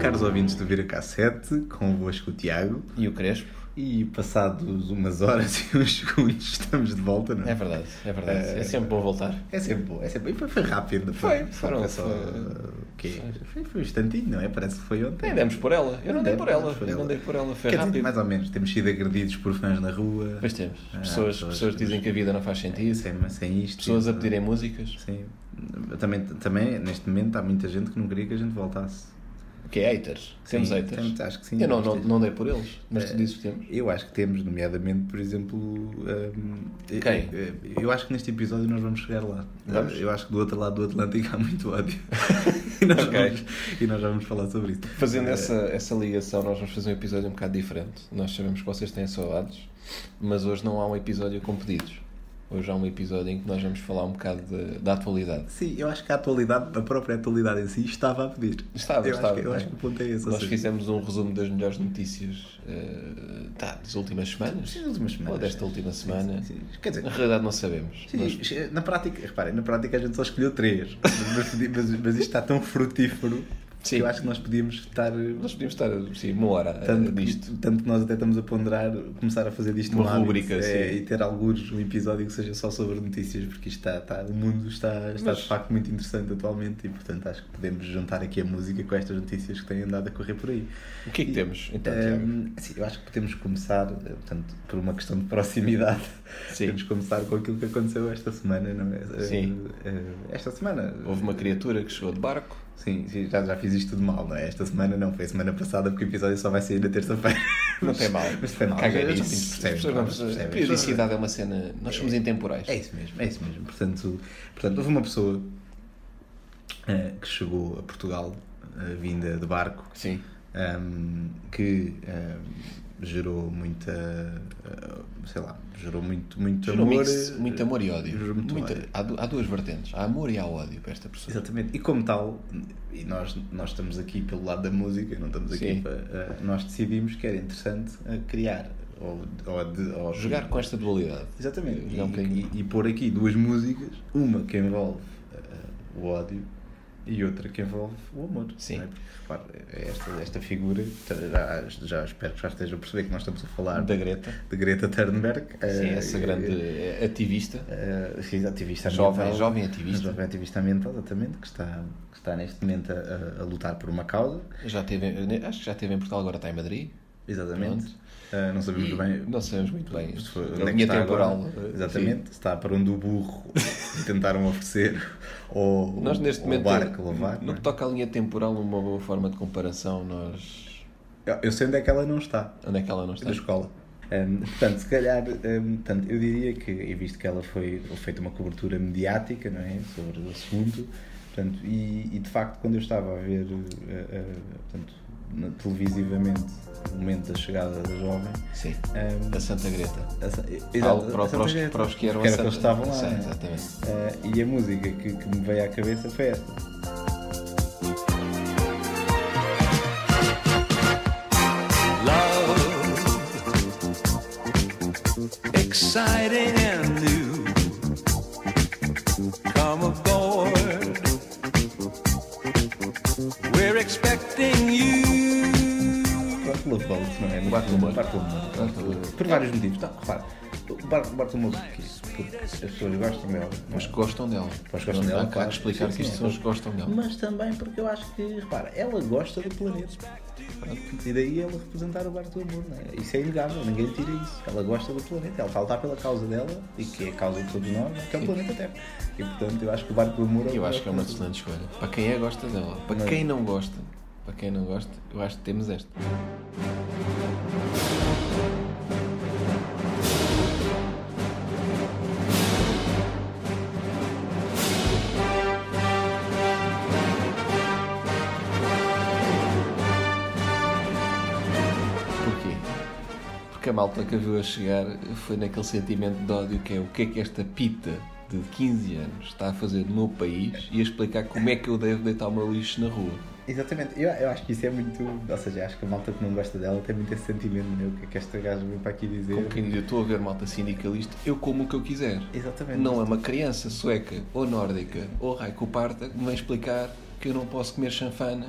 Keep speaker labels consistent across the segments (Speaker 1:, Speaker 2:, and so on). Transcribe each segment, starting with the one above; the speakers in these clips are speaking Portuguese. Speaker 1: Caros ouvintes do Vira Cassete, convosco o Tiago.
Speaker 2: E o Crespo?
Speaker 1: E passados umas horas e uns segundos estamos de volta, não é?
Speaker 2: É verdade, é verdade. É,
Speaker 1: É.
Speaker 2: sempre bom voltar.
Speaker 1: É sempre bom, é sempre bom. E foi, foi rápido.
Speaker 2: Foi,
Speaker 1: só,
Speaker 2: foram-
Speaker 1: foi só.
Speaker 2: foi-
Speaker 1: o quê? Foi, foi um instantinho, não é? Parece que foi ontem.
Speaker 2: Nem demos por ela. Eu não dei
Speaker 1: Demos
Speaker 2: por ela. Eu não dei por ela. Foi
Speaker 1: Quer
Speaker 2: rápido.
Speaker 1: Dizer, mais ou menos, temos sido agredidos por fãs na rua,
Speaker 2: Depois temos.
Speaker 1: Ah,
Speaker 2: As pessoas,
Speaker 1: pessoas- É.
Speaker 2: pessoas dizem que a vida não faz sentido.
Speaker 1: sem, sem isto.
Speaker 2: Pessoas a
Speaker 1: isso,
Speaker 2: pedirem músicas.
Speaker 1: Sim. Também, também, neste momento, há muita gente que não queria que a gente voltasse.
Speaker 2: Que é haters. Temos
Speaker 1: Sim,
Speaker 2: haters.
Speaker 1: temos, acho que sim.
Speaker 2: Eu não, não,
Speaker 1: Temos-
Speaker 2: não dei por eles, mas
Speaker 1: É.
Speaker 2: tu dizes que temos.
Speaker 1: Eh, Eu acho que temos, nomeadamente, por exemplo. hum,
Speaker 2: Quem?
Speaker 1: Eu, eu acho que neste episódio nós vamos chegar lá.
Speaker 2: Vamos?
Speaker 1: Eu acho que do outro lado do Atlântico há muito ódio. e, nós
Speaker 2: Ok.
Speaker 1: vamos, e nós vamos falar sobre isso.
Speaker 2: Fazendo
Speaker 1: Eh,
Speaker 2: essa, essa ligação, nós vamos fazer um episódio um bocado diferente. Nós sabemos que vocês têm saudades, mas hoje não há um episódio com pedidos. Hoje há um episódio em que nós vamos falar um bocado de- da atualidade.
Speaker 1: Eh, Sim, eu acho que a atualidade, a própria atualidade em si, estava a pedir.
Speaker 2: Estava,
Speaker 1: eu
Speaker 2: estava,
Speaker 1: Acho que, eu
Speaker 2: não é?
Speaker 1: acho que o ponto é esse. ou
Speaker 2: Nós
Speaker 1: seja,
Speaker 2: fizemos um resumo das melhores notícias eh, tá, das últimas semanas.
Speaker 1: sim, nas últimas semanas.
Speaker 2: Ou desta última
Speaker 1: Sim,
Speaker 2: semana.
Speaker 1: sim, sim. Quer dizer,
Speaker 2: Na realidade não sabemos.
Speaker 1: Sim, eh,
Speaker 2: Nós-
Speaker 1: na prática, reparem, na prática a gente só escolheu três, mas, podi- mas, mas isto está tão frutífero
Speaker 2: Sim.
Speaker 1: que eu acho que nós podíamos estar. eh,
Speaker 2: Nós podíamos estar sim, uma hora a-
Speaker 1: Tanto,
Speaker 2: a Eh, disto.
Speaker 1: que- tanto que nós até estamos a ponderar começar a fazer disto
Speaker 2: Uma
Speaker 1: um hábito,
Speaker 2: rúbrica,
Speaker 1: é,
Speaker 2: sim.
Speaker 1: e ter alguns um episódio que seja só sobre notícias, porque isto está, está- o mundo está, está
Speaker 2: Mas-
Speaker 1: de facto muito interessante atualmente e portanto acho que podemos juntar aqui a música com estas notícias que têm andado a correr por aí.
Speaker 2: O que é que temos? Então, Tiago?
Speaker 1: Hum, assim, eu acho que podemos começar, eh, portanto, por uma questão de proximidade,
Speaker 2: Sim.
Speaker 1: podemos começar com aquilo que aconteceu esta semana, não é? Eh,
Speaker 2: Sim.
Speaker 1: eh, Esta semana.
Speaker 2: Houve uma criatura que chegou de barco.
Speaker 1: Sim, sim, já, já fiz isto tudo mal, não é? Esta semana não, foi a semana passada, porque o episódio só vai sair na terça-feira.
Speaker 2: Não tem mal.
Speaker 1: Mas foi mal.
Speaker 2: Caga
Speaker 1: Eu já
Speaker 2: nisso.
Speaker 1: fiz,
Speaker 2: As
Speaker 1: percebem,
Speaker 2: pessoas não
Speaker 1: pá,
Speaker 2: percebem.
Speaker 1: percebem.
Speaker 2: Periodicidade é uma cena. Nós somos intemporais.
Speaker 1: É isso mesmo, é isso mesmo. Portanto, portanto houve uma pessoa eh, que chegou a Portugal, eh, vinda de barco,
Speaker 2: Sim.
Speaker 1: um, que um, gerou muita uh, sei lá gerou muito muito
Speaker 2: Gerou
Speaker 1: amor é- eh,
Speaker 2: mix, muito amor e ódio.
Speaker 1: gerou muito
Speaker 2: Muita-
Speaker 1: ódio.
Speaker 2: Há, du- há duas vertentes. Há amor e há ódio para esta pessoa.
Speaker 1: exatamente e como tal e nós nós estamos aqui pelo lado da música não estamos aqui
Speaker 2: Sim.
Speaker 1: para, uh, nós decidimos que era interessante uh, criar ou, ou, de- ou-
Speaker 2: Jogar com esta dualidade.
Speaker 1: exatamente
Speaker 2: Jogar um
Speaker 1: e,
Speaker 2: bocadinho.
Speaker 1: e, e pôr aqui duas músicas uma que envolve uh, o ódio e outra que envolve o amor.
Speaker 2: Sim.
Speaker 1: não é? Porque, Claro, esta, esta figura, já, já espero que já esteja a perceber que nós estamos a falar
Speaker 2: Da Greta.
Speaker 1: de Greta Thunberg.
Speaker 2: Sim,
Speaker 1: eh,
Speaker 2: essa grande eh, ativista.
Speaker 1: eh, sim, ativista
Speaker 2: Jovem-
Speaker 1: ambiental.
Speaker 2: jovem ativista.
Speaker 1: Jovem ativista ambiental, exatamente, que está, que está neste momento a, a- a lutar por uma causa.
Speaker 2: Já teve, em- acho que já teve em Portugal, agora está em Madrid.
Speaker 1: Exatamente.
Speaker 2: Pronto.
Speaker 1: Eh, não sabemos bem.
Speaker 2: Não sabemos muito bem.
Speaker 1: se foi-
Speaker 2: A linha
Speaker 1: está
Speaker 2: temporal.
Speaker 1: agora.
Speaker 2: eh, sim.
Speaker 1: Exatamente. Está para onde o burro tentaram oferecer ou
Speaker 2: Nós neste
Speaker 1: ou
Speaker 2: momento,
Speaker 1: o barco levar.
Speaker 2: no
Speaker 1: não é?
Speaker 2: que toca à linha temporal, uma boa forma de comparação, nós...
Speaker 1: Eu- Eu sei onde é que ela não está.
Speaker 2: Onde é que ela não está?
Speaker 1: da escola. Hum, portanto, se calhar, hum, portanto, eu diria que, e visto que ela foi foi feita uma cobertura mediática não é, sobre o assunto, portanto, e, e de facto, quando eu estava a ver uh, uh, portanto, na- televisivamente o momento da chegada da jovem,
Speaker 2: Sim,
Speaker 1: hum,
Speaker 2: da Santa Greta.
Speaker 1: a sa- e-
Speaker 2: Algo
Speaker 1: exato,
Speaker 2: para,
Speaker 1: a
Speaker 2: para, os,
Speaker 1: Santa Greta,
Speaker 2: para os que eram
Speaker 1: que
Speaker 2: a
Speaker 1: era que
Speaker 2: Santa
Speaker 1: eles estavam lá,
Speaker 2: Sim,
Speaker 1: não é?
Speaker 2: exatamente.
Speaker 1: Uh, e a música que, que me veio à cabeça foi esta.
Speaker 3: love, exciting and new. Come aboard, we're expecting you.
Speaker 1: Bartolomeu, não é?
Speaker 2: Bartolomeu.
Speaker 1: Bartolomeu.
Speaker 2: Bartolomeu.
Speaker 1: Por vários motivos. Então, repara, o Bar- Bartolomeu porquê? Porque as pessoas gostam dela. não é?
Speaker 2: Os que gostam dela.
Speaker 1: Os que gostam dela,
Speaker 2: Há que- Há
Speaker 1: claro.
Speaker 2: que explicar
Speaker 1: Sim,
Speaker 2: que isto
Speaker 1: sim.
Speaker 2: são os que gostam dela.
Speaker 1: Mas também porque eu acho que, repara, ela gosta do planeta. E daí ela representar o Bartolomeu, não é? Isso é inegável, ninguém lhe tira isso. Ela gosta do planeta, ela está a lutar pela causa dela e que é a causa de todos nós, que é o planeta Terra. E portanto, eu acho que o Bartolomeu
Speaker 2: Eu acho que é uma excelente escolha. Para quem é, gosta dela. Para
Speaker 1: Não.
Speaker 2: quem não gosta, para quem não gosta, eu acho que temos esta. Porquê? Porque a malta que a viu a chegar foi naquele sentimento de ódio que é o que é que esta pita de 15 anos está a fazer no meu país e a explicar como é que eu devo deitar o meu lixo na rua.
Speaker 1: Exatamente, eu, eu acho que isso é muito. Ou seja, acho que a malta que não gosta dela tem muito esse sentimento, né? O que é que esta gaja veio para aqui dizer?
Speaker 2: Como quem diz, eu estou a ver malta sindicalista, eu como o que eu quiser.
Speaker 1: Exatamente.
Speaker 2: Não é uma criança sueca ou nórdica ou raico parta que me vai explicar que eu não posso comer chanfana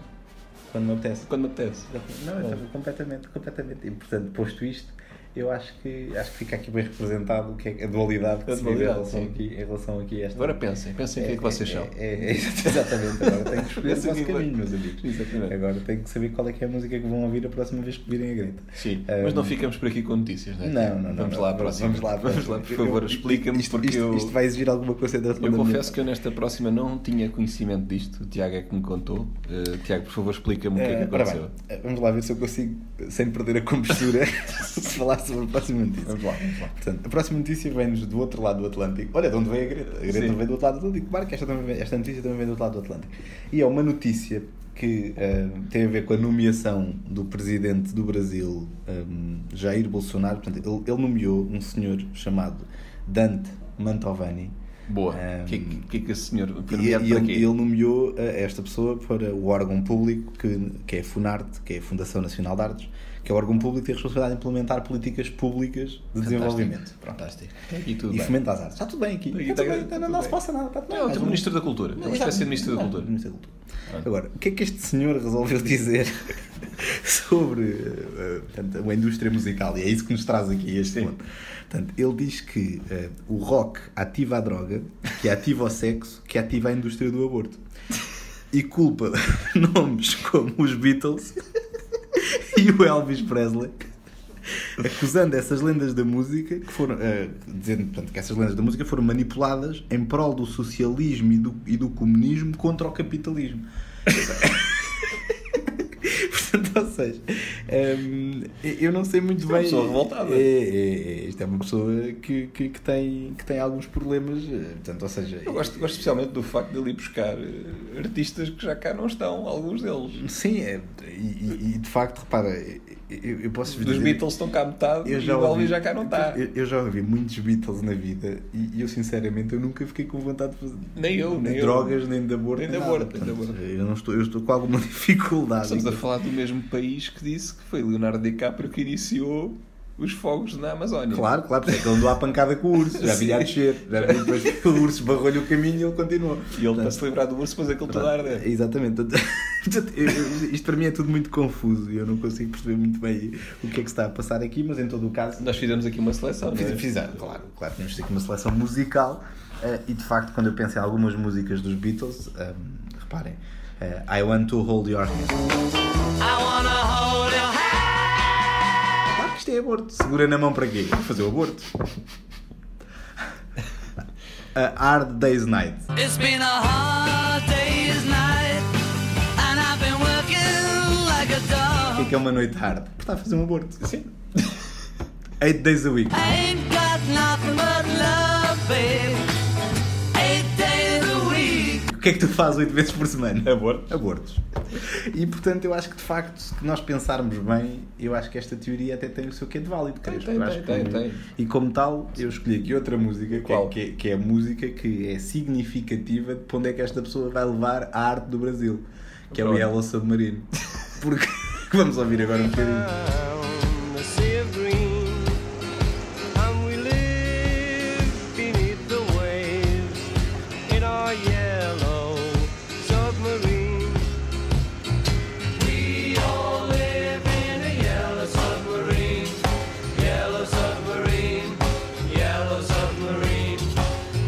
Speaker 1: Quando me apetece.
Speaker 2: quando me apetece.
Speaker 1: Não, eu estava completamente, completamente. E portanto, posto isto, eu acho que acho que fica aqui bem representado o que é a dualidade que
Speaker 2: A
Speaker 1: se vive em
Speaker 2: dualidade,
Speaker 1: relação,
Speaker 2: sim.
Speaker 1: aqui, em relação aqui a esta.
Speaker 2: Agora pensem, pensem o que é que vocês são.
Speaker 1: É, é, é, exatamente, agora tenho que escolher o
Speaker 2: Esse
Speaker 1: vosso
Speaker 2: nível.
Speaker 1: caminho, meus amigos.
Speaker 2: Exatamente.
Speaker 1: Agora tenho que saber qual é que é a música que vão ouvir a próxima vez que virem a Greta.
Speaker 2: Sim,
Speaker 1: Ah,
Speaker 2: mas não ficamos por aqui com notícias, não é?
Speaker 1: Não, não, não.
Speaker 2: Vamos
Speaker 1: não.
Speaker 2: lá à próxima.
Speaker 1: né? Vamos lá, à
Speaker 2: Vamos
Speaker 1: próxima.
Speaker 2: lá, por favor,
Speaker 1: Eu-
Speaker 2: explica-me
Speaker 1: isto-
Speaker 2: porque
Speaker 1: isto,
Speaker 2: eu-
Speaker 1: Isto vai exigir alguma concentração
Speaker 2: Eu
Speaker 1: da minha
Speaker 2: confesso que eu nesta próxima não tinha conhecimento disto, o Tiago é que me contou. Eh, Tiago, por favor, explica-me o que é que
Speaker 1: Eh, ora bem,
Speaker 2: aconteceu.
Speaker 1: eh, vamos lá ver se eu consigo, eh, sem perder a compostura, falar sobre a próxima notícia.
Speaker 2: Vamos lá, vamos lá.
Speaker 1: Portanto, a próxima notícia vem-nos do outro lado do Atlântico. Olha, de onde veio a Greta. A Greta
Speaker 2: Sim.
Speaker 1: vem do outro lado do Atlântico. Claro que esta, também vem- esta notícia também vem do outro lado do Atlântico. E é uma notícia que eh, tem a ver com a nomeação do presidente do Brasil, eh, Jair Bolsonaro. Portanto, ele, ele nomeou um senhor chamado Dante Mantovani.
Speaker 2: Boa. O
Speaker 1: Ahm,
Speaker 2: que, que, que é que esse senhor foi
Speaker 1: Eh, E, e
Speaker 2: nomeado para
Speaker 1: ele,
Speaker 2: quê?
Speaker 1: ele nomeou eh, esta pessoa para o órgão público que, que é a FUNARTE, que é a Fundação Nacional de Artes, que é o órgão público que tem a responsabilidade de implementar políticas públicas de desenvolvimento.
Speaker 2: Fantástico. Fantástico. E tudo
Speaker 1: E
Speaker 2: bem.
Speaker 1: fomenta as artes. Está tudo bem aqui.
Speaker 2: Está
Speaker 1: Está tudo
Speaker 2: tudo
Speaker 1: bem,
Speaker 2: bem,
Speaker 1: não,
Speaker 2: tudo
Speaker 1: não se
Speaker 2: bem.
Speaker 1: passa nada. Está tudo
Speaker 2: Não,
Speaker 1: bem.
Speaker 2: é o
Speaker 1: Mais
Speaker 2: tipo
Speaker 1: um-
Speaker 2: Ministro da Cultura. É uma espécie de Ministro da
Speaker 1: Não,
Speaker 2: Cultura.
Speaker 1: Ministro da Cultura. Agora, o que é que este senhor resolveu dizer sobre eh, eh, portanto, a indústria musical? E é isso que nos traz aqui este ponto. Portanto, ele diz que eh, o rock ativa a droga, que ativa o sexo, que ativa a indústria do aborto. E culpa nomes como os Beatles e o Elvis Presley acusando essas lendas da música que foram eh, dizendo portanto, que essas lendas da música foram manipuladas em prol do socialismo e do, e do comunismo contra o capitalismo portanto ou seja ehm, eu não sei muito
Speaker 2: Isto é uma
Speaker 1: bem
Speaker 2: pessoa revoltada.
Speaker 1: É, é, é, isto é uma pessoa que, que, que tem, que tem alguns problemas eh, portanto ou seja
Speaker 2: Eu gosto, gosto especialmente do facto de ele ir buscar eh, artistas que já cá não estão, alguns deles.
Speaker 1: sim é, e, e- e, de facto repara eu, eu posso
Speaker 2: Os Beatles estão cá a metade
Speaker 1: Eu
Speaker 2: e
Speaker 1: já
Speaker 2: o
Speaker 1: ouvi,
Speaker 2: Elvis já cá não tá. está.
Speaker 1: Eu, eu já ouvi muitos Beatles na vida e, e eu sinceramente eu nunca fiquei com vontade de fazer
Speaker 2: Nem eu,
Speaker 1: de
Speaker 2: nem eu.
Speaker 1: drogas, nem de aborto,
Speaker 2: Nem
Speaker 1: nem,
Speaker 2: de
Speaker 1: nada.
Speaker 2: aborto, nem de
Speaker 1: Portanto,
Speaker 2: aborto.
Speaker 1: Eu, não estou, eu estou com alguma dificuldade.
Speaker 2: Estamos a falar do mesmo país que disse que foi Leonardo DiCaprio que iniciou os fogos na Amazónia.
Speaker 1: Claro, claro, porque é que ele andou à pancada com o urso, já vinha a
Speaker 2: Sim.
Speaker 1: descer, já vinha depois que o urso barrou-lhe o caminho e ele continuou.
Speaker 2: E ele, para se livrar do urso, pôs aquele tudo a né? arder.
Speaker 1: Exatamente. Portanto, eu- eu- Isto para mim é tudo muito confuso e eu não consigo perceber muito bem o que é que se está a passar aqui, mas em todo o caso
Speaker 2: Nós fizemos aqui uma seleção, não é?
Speaker 1: Fiz- Fizeram, claro, claro, tínhamos aqui uma seleção musical eh, e de facto quando eu penso em algumas músicas dos Beatles, eh, reparem, eh, I Want to Hold Your Hand.
Speaker 3: I wanna hold your hand.
Speaker 1: Claro que isto é aborto. Segura na mão para quê? Para fazer o aborto. A Hard Day's Night.
Speaker 3: It's been a hard day's night, and I've been working like a
Speaker 1: O que é
Speaker 3: dog.
Speaker 1: que é uma noite hard? Porque está a fazer um aborto.
Speaker 2: Sim.
Speaker 1: Eight Days a Week.
Speaker 3: Ain't got nothing but love, babe. Eight days a week.
Speaker 1: O que é que tu fazes oito vezes por semana?
Speaker 2: Aborto.
Speaker 1: Abortos. E portanto eu acho que de facto, se nós pensarmos bem, eu acho que esta teoria até tem o seu quê de válido, creio.
Speaker 2: tem,
Speaker 1: Eu acho
Speaker 2: tem,
Speaker 1: que-
Speaker 2: tem.
Speaker 1: E como tal, eu escolhi aqui outra música, que é,
Speaker 2: Qual?
Speaker 1: que, é, que é a música que é significativa de para onde é que esta pessoa vai levar a arte do Brasil, que é o
Speaker 2: Pronto.
Speaker 1: Yellow Submarino. Porque vamos ouvir agora um bocadinho.
Speaker 4: down the sea of green, and we live beneath the waves in our yellow submarine. We all live in a yellow submarine, yellow submarine, yellow submarine.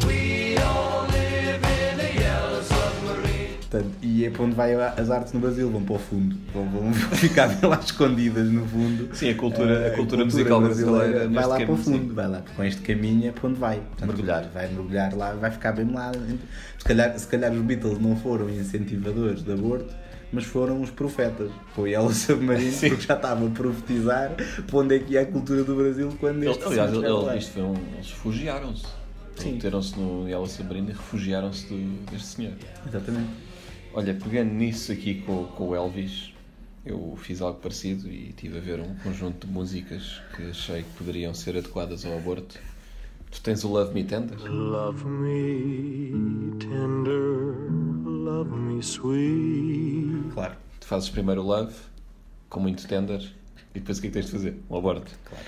Speaker 4: We all live in a yellow submarine.
Speaker 1: Portanto, e é para onde vai a- as artes no Brasil, vão para o fundo, vão, vão ficar bem lá escondidas no fundo.
Speaker 2: Sim, a cultura-
Speaker 1: Eh,
Speaker 2: a cultura musical brasileira
Speaker 1: vai
Speaker 2: neste
Speaker 1: lá para o
Speaker 2: caminho,
Speaker 1: fundo,
Speaker 2: sim.
Speaker 1: vai lá, com este caminho é para onde vai. Portanto,
Speaker 2: Mergulhar.
Speaker 1: Vai mergulhar lá, vai ficar bem lá. Se calhar, se calhar os Beatles não foram incentivadores de aborto, mas foram os profetas. Foi ela o submarino,
Speaker 2: Sim.
Speaker 1: porque já estava a profetizar para onde é que ia a cultura do Brasil quando
Speaker 2: Ele,
Speaker 1: este
Speaker 2: aliás,
Speaker 1: senhor
Speaker 2: ele,
Speaker 1: chegava lá.
Speaker 2: ele- isto foi um, eles refugiaram-se.
Speaker 1: é. Sim.
Speaker 2: Meteram-se no Yellow Sabrina e refugiaram-se do- deste senhor.
Speaker 1: Exatamente.
Speaker 2: Olha, pegando nisso aqui com, com o Elvis, eu fiz algo parecido e estive a ver um conjunto de músicas que achei que poderiam ser adequadas ao aborto. Tu tens o Love Me Tender?
Speaker 4: Love me tender, love me sweet.
Speaker 1: Claro,
Speaker 2: Tu fazes primeiro o love, com muito tender, e depois o que é que tens de fazer? Um aborto.
Speaker 1: claro.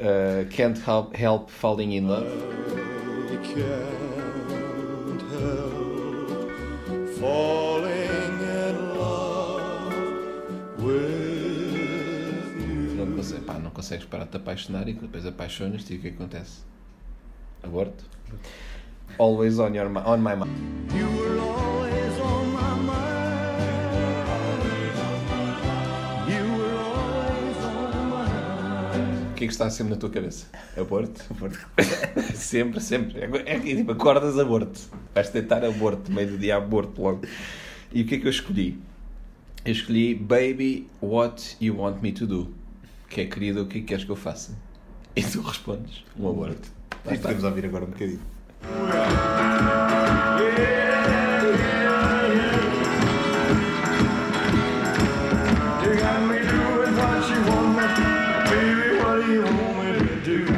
Speaker 2: Uh, can't help, help falling in love.
Speaker 4: I can't help falling in love with you.
Speaker 2: Não, conse- pá, não consegues parar de te apaixonar e depois apaixonas-te e o que é que acontece? Aborto. Always on, your, mi- on my mind.
Speaker 4: You were always on my mind. You were always on my mind.
Speaker 2: O que é que está sempre na tua cabeça? Aborto? sempre, sempre. É, é, que, tipo, acordas aborto. Vais tentar aborto, meio do dia aborto logo. E o que é que eu escolhi? Eu escolhi Baby, what you want me to do? Que é querida, o que é que queres que eu faça? E tu respondes, um aborto. Lá
Speaker 1: E
Speaker 2: está.
Speaker 1: podemos ouvir agora um bocadinho.
Speaker 4: You got me doing what you want me to. Baby, what do you want me to do?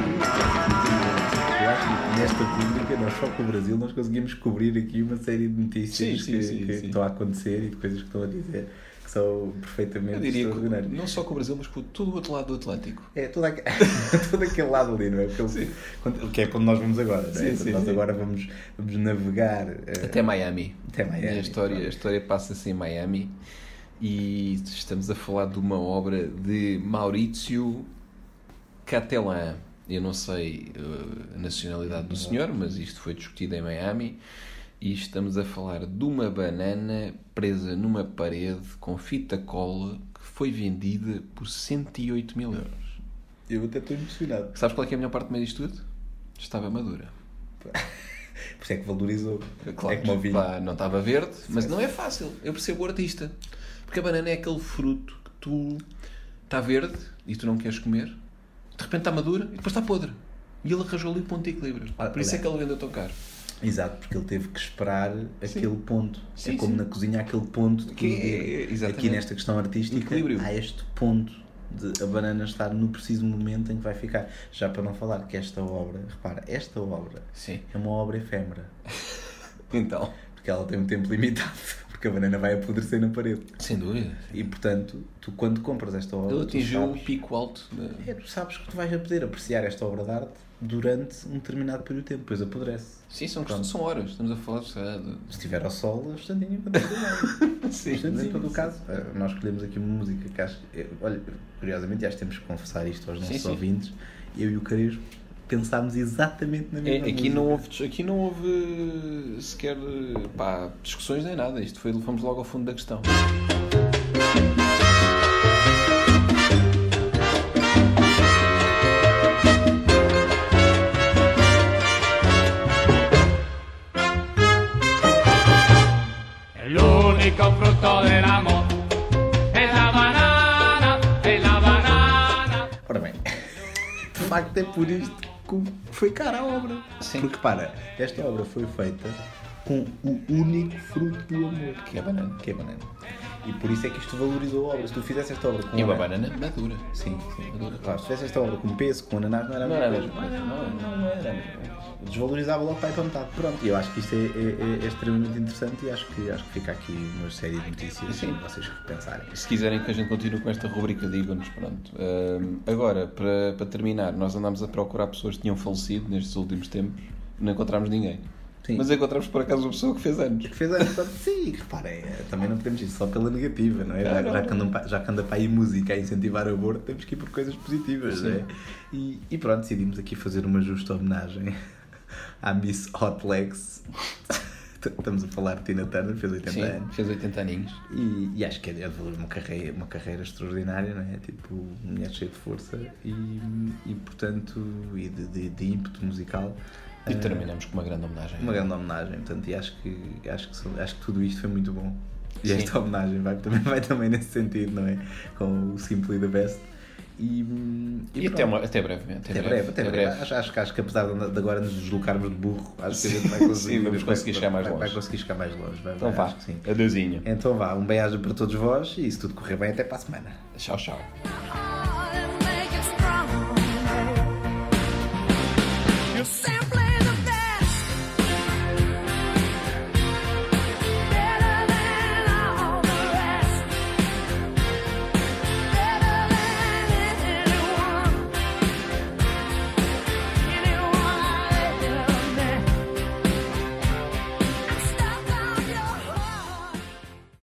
Speaker 1: Eu acho que nesta pública, nós só com o Brasil, nós conseguimos cobrir aqui uma série de notícias
Speaker 2: Sim, sim,
Speaker 1: que,
Speaker 2: sim,
Speaker 1: que
Speaker 2: sim.
Speaker 1: estão a acontecer e de coisas que estão a dizer que são perfeitamente
Speaker 2: Eu diria que
Speaker 1: extraordinárias.
Speaker 2: não só com o Brasil, mas com todo o outro lado do Atlântico.
Speaker 1: É todo, aque- todo aquele lado ali, não é? Aquele- quando- que é quando nós vamos agora, não é?
Speaker 2: Sim,
Speaker 1: Quando
Speaker 2: sim,
Speaker 1: nós
Speaker 2: sim.
Speaker 1: agora vamos, vamos navegar eh,
Speaker 2: Até Miami.
Speaker 1: até
Speaker 2: E
Speaker 1: Miami.
Speaker 2: a história, a história passa-se em Miami e estamos a falar de uma obra de Maurício Catalã. Eu não sei uh, a nacionalidade do senhor, mas isto foi discutido em Miami. E estamos a falar de uma banana presa numa parede com fita cola que foi vendida por 108 mil euros.
Speaker 1: Eu até estou impressionado.
Speaker 2: Sabes qual é, que é a melhor parte do meio disto tudo? Estava madura.
Speaker 1: Por isso é que valorizou.
Speaker 2: Claro,
Speaker 1: é como o vinho.
Speaker 2: pá, não estava verde, mas não é fácil. Eu percebo o artista. Porque a banana é aquele fruto que tu está verde e tu não queres comer, de repente está madura e depois está podre. E ele arranjou ali o ponto de equilíbrio.
Speaker 1: Ah,
Speaker 2: Por isso é que ele vendeu tão caro.
Speaker 1: Exato, porque ele teve que esperar aquele ponto. é
Speaker 2: Sim,
Speaker 1: como
Speaker 2: sim.
Speaker 1: na cozinha, aquele ponto de
Speaker 2: Que é-
Speaker 1: cozedura.
Speaker 2: exatamente.
Speaker 1: Aqui nesta questão artística,
Speaker 2: Equilíbrio.
Speaker 1: há este ponto de a banana estar no preciso momento em que vai ficar. Já para não falar que esta obra, repara, esta obra
Speaker 2: Sim.
Speaker 1: é uma obra efêmera.
Speaker 2: Então,
Speaker 1: Porque ela tem um tempo limitado. Porque a banana vai apodrecer na parede.
Speaker 2: sem dúvida.
Speaker 1: E portanto, tu quando compras esta obra,
Speaker 2: Ele
Speaker 1: tu
Speaker 2: atingiu o
Speaker 1: sabes,
Speaker 2: pico alto. da-
Speaker 1: é, tu sabes que tu vais a poder apreciar esta obra de arte durante um determinado período de tempo, depois apodrece.
Speaker 2: Sim, são,
Speaker 1: Pronto.
Speaker 2: são horas. Estamos a falar sei lá,
Speaker 1: Se estiver ao sol, é um instantâneo para todo lado.
Speaker 2: de. Sim,
Speaker 1: Portanto, em
Speaker 2: sim,
Speaker 1: todo o
Speaker 2: sim.
Speaker 1: caso, eh, nós escolhemos aqui uma música que acho. eh, Olha, curiosamente, acho que temos que confessar isto aos nossos
Speaker 2: sim.
Speaker 1: ouvintes. Eu e o Carisma pensámos exatamente na
Speaker 2: É,
Speaker 1: mesma
Speaker 2: aqui,
Speaker 1: música.
Speaker 2: não houve, aqui não houve sequer eh, pá, discussões nem nada. Isto foi, fomos logo ao fundo da questão.
Speaker 5: El único fruto del amor es la banana, es la banana.
Speaker 1: Ora bem, de facto é por isto que foi cara a obra.
Speaker 2: Sim.
Speaker 1: Porque para, esta obra foi feita com o único fruto do amor,
Speaker 2: Que é a banana.
Speaker 1: que é a banana. E por isso é que isto valorizou a obra. Se tu fizesse esta obra com
Speaker 2: E uma
Speaker 1: ananás-
Speaker 2: banana madura.
Speaker 1: Sim, sim. Claro, se fizesse esta obra com peso, com ananás, não era a
Speaker 2: Não era
Speaker 1: mesma
Speaker 2: mesmo.
Speaker 1: coisa. Não, não era a mesma coisa. Desvalorizava logo para ir para metade. Pronto, e eu acho que isto é, é- é extremamente interessante e acho que, acho que fica aqui uma série de notícias
Speaker 2: Sim.
Speaker 1: para vocês repensarem.
Speaker 2: Se quiserem que a gente continue com esta rubrica, digam-nos. Pronto. Ahm, agora, para, para terminar, nós andámos a procurar pessoas que tinham falecido nestes últimos tempos. Não encontramos ninguém.
Speaker 1: Sim.
Speaker 2: Mas encontramos por acaso uma pessoa que fez anos.
Speaker 1: que fez a só Sim, reparem, eh, também não podemos ir só pela negativa, não é? Já,
Speaker 2: não,
Speaker 1: já
Speaker 2: não.
Speaker 1: que andam pa- já que anda para aí música a incentivar o aborto, temos que ir por coisas positivas, não é? E, e pronto, decidimos aqui fazer uma justa homenagem à Miss Hotlex. Estamos a falar de Tina Turner, fez 80
Speaker 2: Sim,
Speaker 1: anos.
Speaker 2: fez 80 aninhos.
Speaker 1: E, e acho que é de valor uma carreira, uma carreira extraordinária, não é? Tipo, mulher cheia de força e, e portanto, e de, de, de ímpeto musical.
Speaker 2: E terminamos com uma grande homenagem.
Speaker 1: Uma grande homenagem, portanto, e acho que, acho que, sou- acho que tudo isto foi muito bom. E
Speaker 2: Sim.
Speaker 1: esta homenagem vai também, vai também nesse sentido, não é? Com o Simply the Best. E, hum,
Speaker 2: E até,
Speaker 1: pronto.
Speaker 2: uma- até breve. Até,
Speaker 1: Até breve, até breve. Acho, acho, que- acho que apesar de, de agora nos deslocarmos de burro, acho que a gente vai
Speaker 2: Sim,
Speaker 1: conseguir,
Speaker 2: vamos
Speaker 1: vai-
Speaker 2: conseguir chegar mais
Speaker 1: vai-
Speaker 2: longe.
Speaker 1: Vai conseguir chegar mais longe, vai,
Speaker 2: Então
Speaker 1: vai,
Speaker 2: vá.
Speaker 1: acho que sim.
Speaker 2: Adeusinho.
Speaker 1: Então vá, um beijo para todos vós e se tudo correr bem, até para a semana.
Speaker 2: Tchau, tchau.
Speaker 6: and make it strong. You simply